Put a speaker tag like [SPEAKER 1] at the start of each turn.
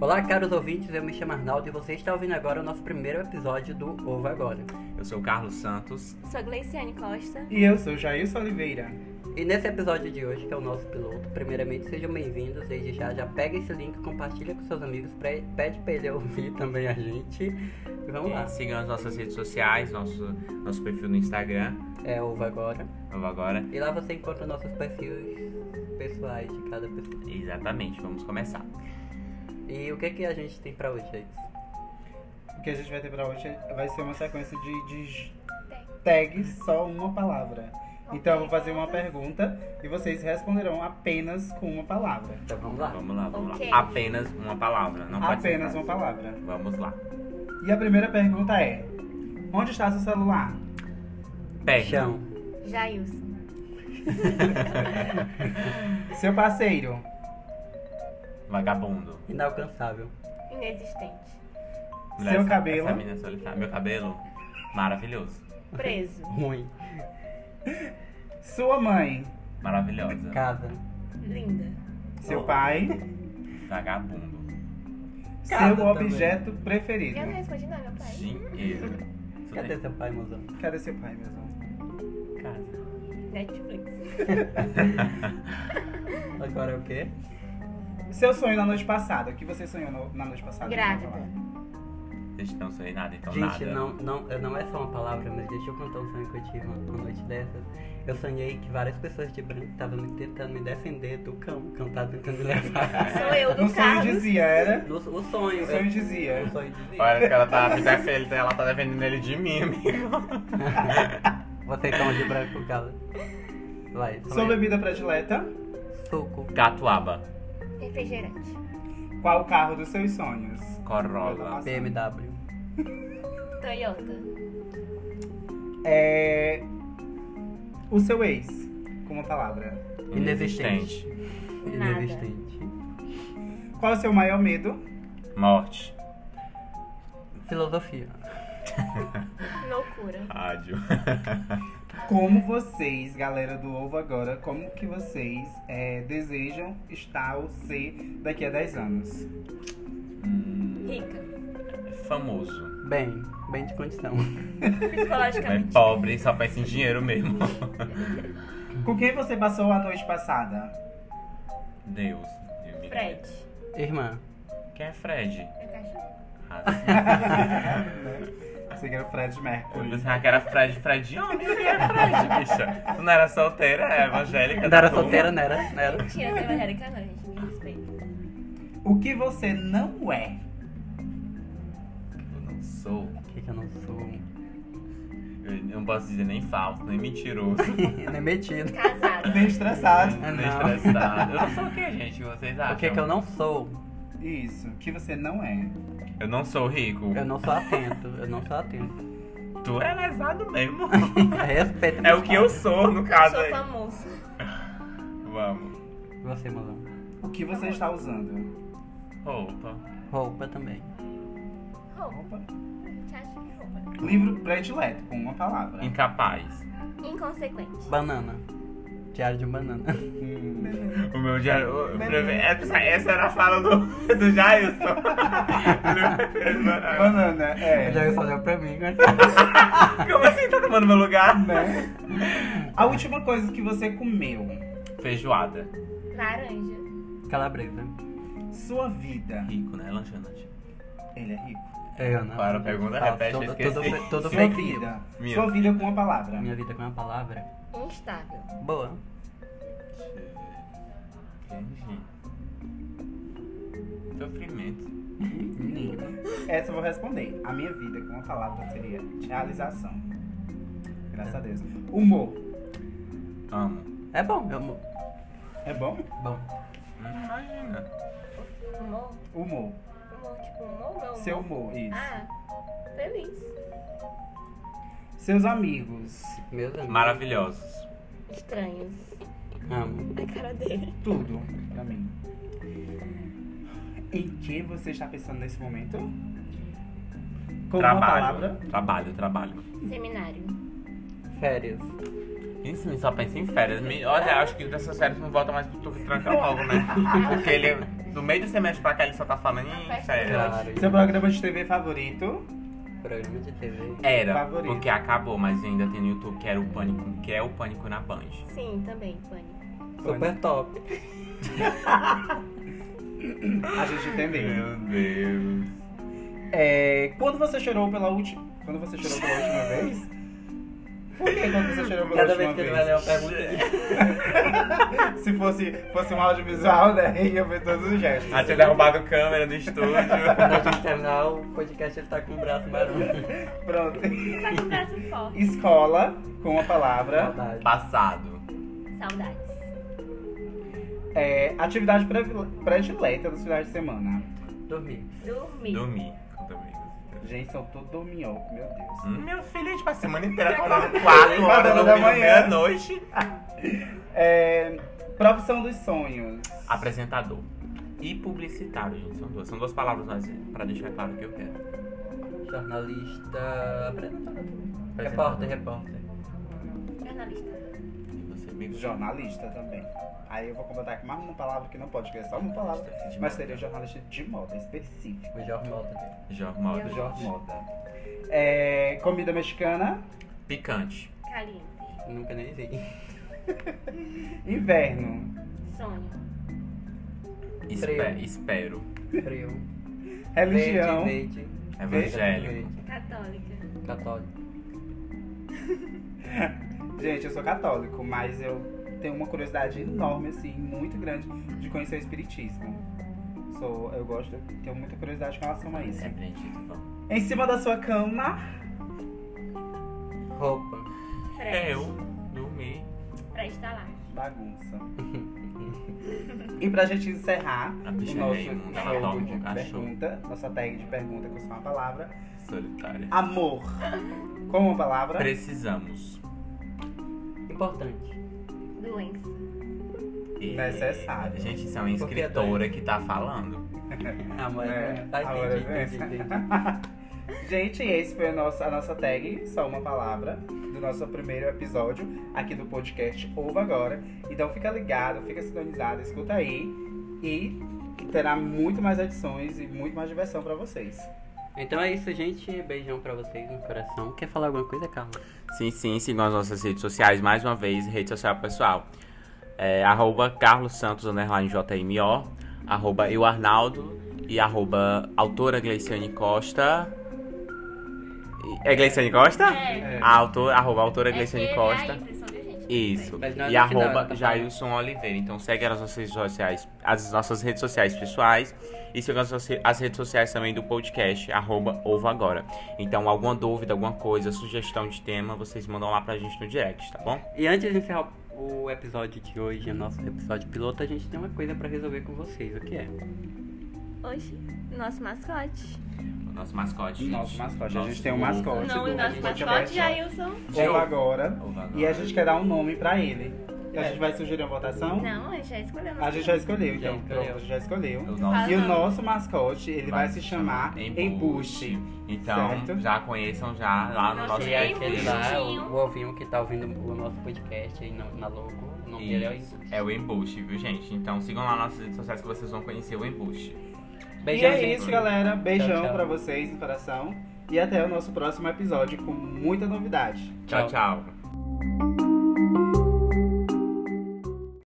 [SPEAKER 1] Olá, caros ouvintes, eu me chamo Arnaldo e você está ouvindo agora o nosso primeiro episódio do Ovo Agora.
[SPEAKER 2] Eu sou o Carlos Santos.
[SPEAKER 3] Sou a Gleiciane Costa.
[SPEAKER 4] E eu sou Jailson Oliveira.
[SPEAKER 1] E nesse episódio de hoje, que é o nosso piloto, primeiramente sejam bem-vindos, desde já, já pega esse link, compartilha com seus amigos, pre- pede pra ele ouvir também a gente. E vamos lá,
[SPEAKER 2] E É, Sigam as nossas redes sociais, nosso, nosso perfil no Instagram.
[SPEAKER 1] é Ovo Agora.
[SPEAKER 2] Vamos agora.
[SPEAKER 1] E lá você encontra nossos perfis pessoais de cada pessoa.
[SPEAKER 2] Exatamente, vamos começar.
[SPEAKER 1] E o que, que a gente tem pra hoje, Jailson?
[SPEAKER 4] O que a gente vai ter pra hoje vai ser uma sequência de, de j- tags, só uma palavra. Então eu vou fazer uma pergunta e vocês responderão apenas com uma palavra.
[SPEAKER 1] Então vamos lá.
[SPEAKER 2] Vamos lá, vamos
[SPEAKER 3] Ok.
[SPEAKER 2] lá. Apenas uma palavra, não pode ser
[SPEAKER 4] apenas
[SPEAKER 2] frase.
[SPEAKER 4] uma palavra.
[SPEAKER 2] Vamos lá.
[SPEAKER 4] E a primeira pergunta é: Onde está seu celular?
[SPEAKER 2] Perna.
[SPEAKER 1] Chão,
[SPEAKER 3] Jailson.
[SPEAKER 4] Seu parceiro?
[SPEAKER 2] Vagabundo.
[SPEAKER 1] inalcançável.
[SPEAKER 3] Inexistente.
[SPEAKER 4] Seu cabelo?
[SPEAKER 2] Essa menina solitária. Meu cabelo? Maravilhoso.
[SPEAKER 3] Preso.
[SPEAKER 1] Ruim.
[SPEAKER 4] Sua mãe?
[SPEAKER 2] Maravilhosa.
[SPEAKER 1] Casa.
[SPEAKER 3] Linda.
[SPEAKER 4] Seu
[SPEAKER 2] Oh.
[SPEAKER 4] pai?
[SPEAKER 2] Vagabundo.
[SPEAKER 1] Casa
[SPEAKER 4] Seu
[SPEAKER 1] também.
[SPEAKER 4] objeto preferido?
[SPEAKER 3] Eu não respondi tá não, meu pai.
[SPEAKER 2] Dinheiro. Isso
[SPEAKER 1] Cadê
[SPEAKER 2] daí.
[SPEAKER 1] seu pai, mozão?
[SPEAKER 4] Cadê seu pai, meu irmão?
[SPEAKER 2] Casa.
[SPEAKER 3] Netflix.
[SPEAKER 1] Agora é o quê?
[SPEAKER 4] Seu sonho na noite passada? O que você sonhou no- na noite passada? Um
[SPEAKER 3] Grávida.
[SPEAKER 2] Gente, não sonhei nada, então
[SPEAKER 1] Gente,
[SPEAKER 2] nada.
[SPEAKER 1] não, não, eu- não é só uma palavra, mas deixa eu contar um sonho que eu tive uma, uma noite dessas. Eu sonhei que várias pessoas de branco estavam me tentando me defender do cão. O cão tava tentando me levar.
[SPEAKER 3] Sou eu,
[SPEAKER 4] No
[SPEAKER 3] do
[SPEAKER 4] sonho
[SPEAKER 3] Carlos.
[SPEAKER 4] dizia, era?
[SPEAKER 1] No, o sonho.
[SPEAKER 4] O sonho
[SPEAKER 1] eu-
[SPEAKER 4] dizia.
[SPEAKER 1] O sonho dizia.
[SPEAKER 2] Olha que ela tá me defendendo, ela tá defendendo ele de mim, amigo.
[SPEAKER 1] Você cão de branco, cara. Vai,
[SPEAKER 4] Sua
[SPEAKER 1] sonho. é
[SPEAKER 4] bebida predileta?
[SPEAKER 1] Suco.
[SPEAKER 2] Catuaba.
[SPEAKER 3] Refrigerante.
[SPEAKER 4] Qual o carro dos seus sonhos?
[SPEAKER 2] Corolla.
[SPEAKER 1] BMW.
[SPEAKER 3] Toyota.
[SPEAKER 4] É. O seu ex, com uma palavra.
[SPEAKER 1] Inexistente.
[SPEAKER 3] Nada.
[SPEAKER 1] Inexistente.
[SPEAKER 4] Qual o seu maior medo?
[SPEAKER 2] Morte.
[SPEAKER 1] Filosofia.
[SPEAKER 3] Loucura.
[SPEAKER 2] Rádio.
[SPEAKER 4] Como vocês, galera do Ovo agora, como que vocês é, desejam estar ou ser daqui a 10 anos?
[SPEAKER 3] Rica.
[SPEAKER 2] É Famoso.
[SPEAKER 1] Bem, bem de condição.
[SPEAKER 2] Mas
[SPEAKER 3] Psicologicamente.
[SPEAKER 2] pobre, só pensa em dinheiro mesmo.
[SPEAKER 4] Com quem você passou a noite passada?
[SPEAKER 2] Deus. eu me
[SPEAKER 3] Fred.
[SPEAKER 1] Irmã,
[SPEAKER 2] livre. Quem é Fred?
[SPEAKER 3] Meu cachorro.
[SPEAKER 2] Ah, sim.
[SPEAKER 4] Você que era o Fred
[SPEAKER 2] Eu
[SPEAKER 4] Mercury.
[SPEAKER 2] pensava que era Fred, Fred homem. Quem é Fred, bicha? Tu não era solteira, é evangélica.
[SPEAKER 1] quando
[SPEAKER 2] da
[SPEAKER 1] era
[SPEAKER 2] turma.
[SPEAKER 1] solteira, não era? Não É, era?
[SPEAKER 3] Mentira, tem evangélica não, gente. Me respeita.
[SPEAKER 4] O que você não é?
[SPEAKER 2] Eu não sou.
[SPEAKER 1] O que, que eu não sou?
[SPEAKER 2] Eu não posso dizer nem falso, nem mentiroso.
[SPEAKER 1] Nem metido.
[SPEAKER 3] Casada.
[SPEAKER 4] Nem estressado.
[SPEAKER 1] Ah,
[SPEAKER 2] nem
[SPEAKER 1] não.
[SPEAKER 2] estressado. Eu não sou o que, gente? Vocês acham?
[SPEAKER 1] O que, que eu não sou?
[SPEAKER 4] Isso, o que você não é.
[SPEAKER 2] Eu não sou rico.
[SPEAKER 1] Eu não sou atento. Eu não sou atento.
[SPEAKER 2] Tu é lesado mesmo.
[SPEAKER 1] Respeita.
[SPEAKER 2] É o que eu sou, no caso.
[SPEAKER 3] Sou
[SPEAKER 2] aí.
[SPEAKER 3] famoso.
[SPEAKER 2] Vamos.
[SPEAKER 1] Você, mozão.
[SPEAKER 4] O que você está usando?
[SPEAKER 2] Roupa.
[SPEAKER 1] Roupa também.
[SPEAKER 3] Roupa.
[SPEAKER 4] Opa.
[SPEAKER 3] Te acho que roupa.
[SPEAKER 4] Livro predileto, com uma palavra.
[SPEAKER 2] Incapaz.
[SPEAKER 3] Inconsequente.
[SPEAKER 1] Banana. Diário de um banana.
[SPEAKER 4] Hum.
[SPEAKER 2] O meu diário. o- preve- Essa, essa era a fala do, do Jailson.
[SPEAKER 4] Banana, é.
[SPEAKER 1] Já só olhou pra mim. né?
[SPEAKER 2] Como assim tá tomando meu lugar?
[SPEAKER 4] Né? A última coisa que você comeu,
[SPEAKER 2] Feijoada.
[SPEAKER 3] Laranja.
[SPEAKER 1] Calabresa.
[SPEAKER 4] sua vida.
[SPEAKER 2] Rico, né? Lanchonete.
[SPEAKER 4] Ele é rico.
[SPEAKER 1] É, Ana.
[SPEAKER 2] Para a pergunta,
[SPEAKER 1] Fala,
[SPEAKER 2] repete, eu
[SPEAKER 1] todo-
[SPEAKER 2] esqueci.
[SPEAKER 1] todo- todo
[SPEAKER 4] Sua
[SPEAKER 1] fake news.
[SPEAKER 4] vida.
[SPEAKER 2] Minha.
[SPEAKER 4] Sua vida com uma palavra.
[SPEAKER 1] Minha vida com uma palavra.
[SPEAKER 3] Instável.
[SPEAKER 1] Boa.
[SPEAKER 2] Entendi. Sofrimento.
[SPEAKER 4] Essa eu vou responder. A minha vida com uma palavra seria realização. Graças a Deus. Humor.
[SPEAKER 2] Amo.
[SPEAKER 1] É bom, meu amor.
[SPEAKER 4] É bom?
[SPEAKER 1] Bom.
[SPEAKER 2] Hum, Imagina.
[SPEAKER 3] Humor.
[SPEAKER 4] Humor.
[SPEAKER 3] Humor, tipo, humor não.
[SPEAKER 4] Seu humor, isso.
[SPEAKER 3] Ah, feliz.
[SPEAKER 4] Seus amigos.
[SPEAKER 1] Meus amigos.
[SPEAKER 2] Maravilhosos.
[SPEAKER 3] Estranhos.
[SPEAKER 1] Amo.
[SPEAKER 3] A cara dele.
[SPEAKER 4] Tudo pra mim. Em que você está pensando nesse momento? Com uma palavra.
[SPEAKER 2] trabalho. Trabalho, trabalho.
[SPEAKER 3] Seminário.
[SPEAKER 1] Férias.
[SPEAKER 2] Isso, ele só pensa em férias. Me- Olha, acho que dessas férias não volta mais pro Tuca Tranca logo, né? Porque ele Do meio do semestre pra cá ele só tá falando em férias.
[SPEAKER 1] Claro.
[SPEAKER 4] Seu programa de TV favorito?
[SPEAKER 1] Programa de TV.
[SPEAKER 2] Era,
[SPEAKER 4] Favorito.
[SPEAKER 2] porque acabou, mas ainda tem no YouTube que era o Pânico, que é o Pânico na Band.
[SPEAKER 3] Sim, também, Pânico.
[SPEAKER 2] né?
[SPEAKER 1] Super top.
[SPEAKER 4] A gente entendeu.
[SPEAKER 2] Deus.
[SPEAKER 4] É, quando você chorou pela última. Quando você chorou pela última vez? Por que quando você chorou pela
[SPEAKER 1] Cada vez
[SPEAKER 4] última
[SPEAKER 1] que ele vai ler uma
[SPEAKER 2] É.
[SPEAKER 1] pergunta,
[SPEAKER 4] Se fosse, fosse um audiovisual, né? Ia ver todos os gestos.
[SPEAKER 2] Ah, tinha derrubado a câmera do estúdio.
[SPEAKER 1] quando a gente terminar o podcast, ele tá com o braço maromba.
[SPEAKER 4] Pronto.
[SPEAKER 3] Tá com o braço forte.
[SPEAKER 4] Escola, com uma
[SPEAKER 2] É.
[SPEAKER 4] palavra.
[SPEAKER 1] Saudade.
[SPEAKER 2] Passado.
[SPEAKER 3] Saudades.
[SPEAKER 4] É, atividade pre- predileta dos finais de semana.
[SPEAKER 1] Dormir.
[SPEAKER 3] Dormir.
[SPEAKER 2] Dormi com os amigos.
[SPEAKER 4] Gente, são todos dorminhoco, meu Deus.
[SPEAKER 2] Hum, Meu filho, a gente passa a semana inteira acordando 4 horas
[SPEAKER 4] da
[SPEAKER 2] da
[SPEAKER 4] manhã.
[SPEAKER 2] meia-noite.
[SPEAKER 4] É, profissão dos sonhos.
[SPEAKER 2] Apresentador e publicitário, gente. São duas. São duas palavras, mas pra deixar claro o que eu quero.
[SPEAKER 1] Jornalista. Apresentador.
[SPEAKER 2] Apresentador.
[SPEAKER 1] Repórter, repórter.
[SPEAKER 3] Jornalista.
[SPEAKER 2] E você, amigo?
[SPEAKER 4] Jornalista também. Aí eu vou completar com mais uma palavra que não pode, que é só uma palavra. Mas seria jornalista de moda, específico.
[SPEAKER 1] O jornalista.
[SPEAKER 2] Jornal.
[SPEAKER 4] Jornal moda. É, comida mexicana,
[SPEAKER 2] Picante.
[SPEAKER 3] Caliente.
[SPEAKER 1] Nunca nem vi.
[SPEAKER 4] inverno,
[SPEAKER 3] Sonho.
[SPEAKER 2] Espe
[SPEAKER 1] Freio.
[SPEAKER 2] espero.
[SPEAKER 1] Frio.
[SPEAKER 4] religião,
[SPEAKER 1] É Verde, verde.
[SPEAKER 2] Evangélico.
[SPEAKER 1] Verde,
[SPEAKER 3] Católica.
[SPEAKER 1] Católico.
[SPEAKER 4] Gente, eu sou católico, mas eu tenho uma curiosidade enorme, assim, muito grande, de conhecer o espiritismo. Sou, eu gosto, eu tenho muita curiosidade com relação a isso.
[SPEAKER 2] Simplesmente, É vamos.
[SPEAKER 4] Em cima da sua cama,
[SPEAKER 1] Roupa.
[SPEAKER 3] Preste.
[SPEAKER 2] É, Eu dormi.
[SPEAKER 3] Presta lá.
[SPEAKER 4] bagunça. e pra gente encerrar
[SPEAKER 2] A
[SPEAKER 4] o
[SPEAKER 2] bicha é
[SPEAKER 4] nosso
[SPEAKER 2] meio imunda, ela
[SPEAKER 4] jogo
[SPEAKER 2] dorme com
[SPEAKER 4] de
[SPEAKER 2] cachorro.
[SPEAKER 4] pergunta, nossa tag de pergunta com só uma palavra,
[SPEAKER 2] Solitária.
[SPEAKER 4] amor, com uma palavra,
[SPEAKER 2] Precisamos.
[SPEAKER 1] Importante.
[SPEAKER 3] Doença.
[SPEAKER 2] E-
[SPEAKER 4] Necessário.
[SPEAKER 2] Gente, isso é uma
[SPEAKER 1] Porque é
[SPEAKER 2] escritora que tá falando.
[SPEAKER 1] Amor,
[SPEAKER 4] É,
[SPEAKER 1] é. Tá
[SPEAKER 4] agora
[SPEAKER 1] entendido,
[SPEAKER 4] é
[SPEAKER 1] entendi, entendi.
[SPEAKER 4] Gente, esse foi a nossa, a nossa tag, só uma palavra, do nosso primeiro episódio aqui do podcast Ouva Agora. Então fica ligado, fica sintonizado, escuta aí e terá muito mais edições e muito mais diversão pra vocês.
[SPEAKER 1] Então é isso, gente. Beijão pra vocês no coração. Quer falar alguma coisa, Carla?
[SPEAKER 2] Sim, sim, sigam as nossas redes sociais, mais uma vez, rede social pessoal. É, arroba Carlos Santos, underline JMO, arroba eu Arnaldo e arroba autora Gleiciane Costa. E- É Gleiciane Costa?
[SPEAKER 3] É.
[SPEAKER 2] A autora, arroba autora
[SPEAKER 3] É que
[SPEAKER 2] Gleiciane
[SPEAKER 3] ele É a
[SPEAKER 2] Costa.
[SPEAKER 3] impressão de gente.
[SPEAKER 2] Isso.
[SPEAKER 1] Mas não é
[SPEAKER 2] E
[SPEAKER 1] no final,
[SPEAKER 2] arroba
[SPEAKER 1] tá
[SPEAKER 2] Jailson Oliveira. Então segue as nossas redes sociais, as nossas redes sociais pessoais e siga as, nossas- as redes sociais também do podcast, arroba Ovo Agora. Então, alguma dúvida, alguma coisa, sugestão de tema, vocês mandam lá pra gente no direct, tá bom?
[SPEAKER 1] E antes de encerrar o episódio de hoje, o nosso episódio piloto, a gente tem uma coisa pra resolver com vocês. O que é?
[SPEAKER 3] Hoje, nosso mascote.
[SPEAKER 2] O nosso mascote.
[SPEAKER 4] Nosso mascote, a gente tem um
[SPEAKER 2] Ovo.
[SPEAKER 4] mascote.
[SPEAKER 3] Não,
[SPEAKER 4] do
[SPEAKER 3] e nosso
[SPEAKER 4] podcast
[SPEAKER 3] mascote, Jailson.
[SPEAKER 2] Diogo.
[SPEAKER 4] Ouva Agora.
[SPEAKER 2] Ovo Agora.
[SPEAKER 4] E a gente quer dar um nome pra ele. A gente vai sugerir a votação?
[SPEAKER 3] Não, eu já escolheu.
[SPEAKER 4] A gente já escolheu, então.
[SPEAKER 1] Já escolheu.
[SPEAKER 4] Pronto, a gente já escolheu.
[SPEAKER 2] É O nosso
[SPEAKER 4] E o nosso mascote, ele vai, se chamar
[SPEAKER 2] Embuste.
[SPEAKER 4] Embuste.
[SPEAKER 2] Então,
[SPEAKER 4] Certo.
[SPEAKER 2] já conheçam já lá no
[SPEAKER 3] Nosso
[SPEAKER 2] nosso
[SPEAKER 3] Embuste.
[SPEAKER 2] perfil.
[SPEAKER 1] é lá,
[SPEAKER 3] bichinho.
[SPEAKER 1] o, o ovinho que tá ouvindo o nosso podcast aí na, na logo. O nome dele é o
[SPEAKER 2] Isso,
[SPEAKER 1] Ingus.
[SPEAKER 2] É o embuste, viu, gente? Então sigam lá nas redes sociais que vocês vão conhecer o embuste.
[SPEAKER 1] Beijão,
[SPEAKER 4] e é
[SPEAKER 1] gente.
[SPEAKER 4] isso, galera. Beijão
[SPEAKER 1] Tchau, tchau.
[SPEAKER 4] pra vocês no coração. E até o nosso próximo episódio com muita novidade.
[SPEAKER 2] Tchau, tchau.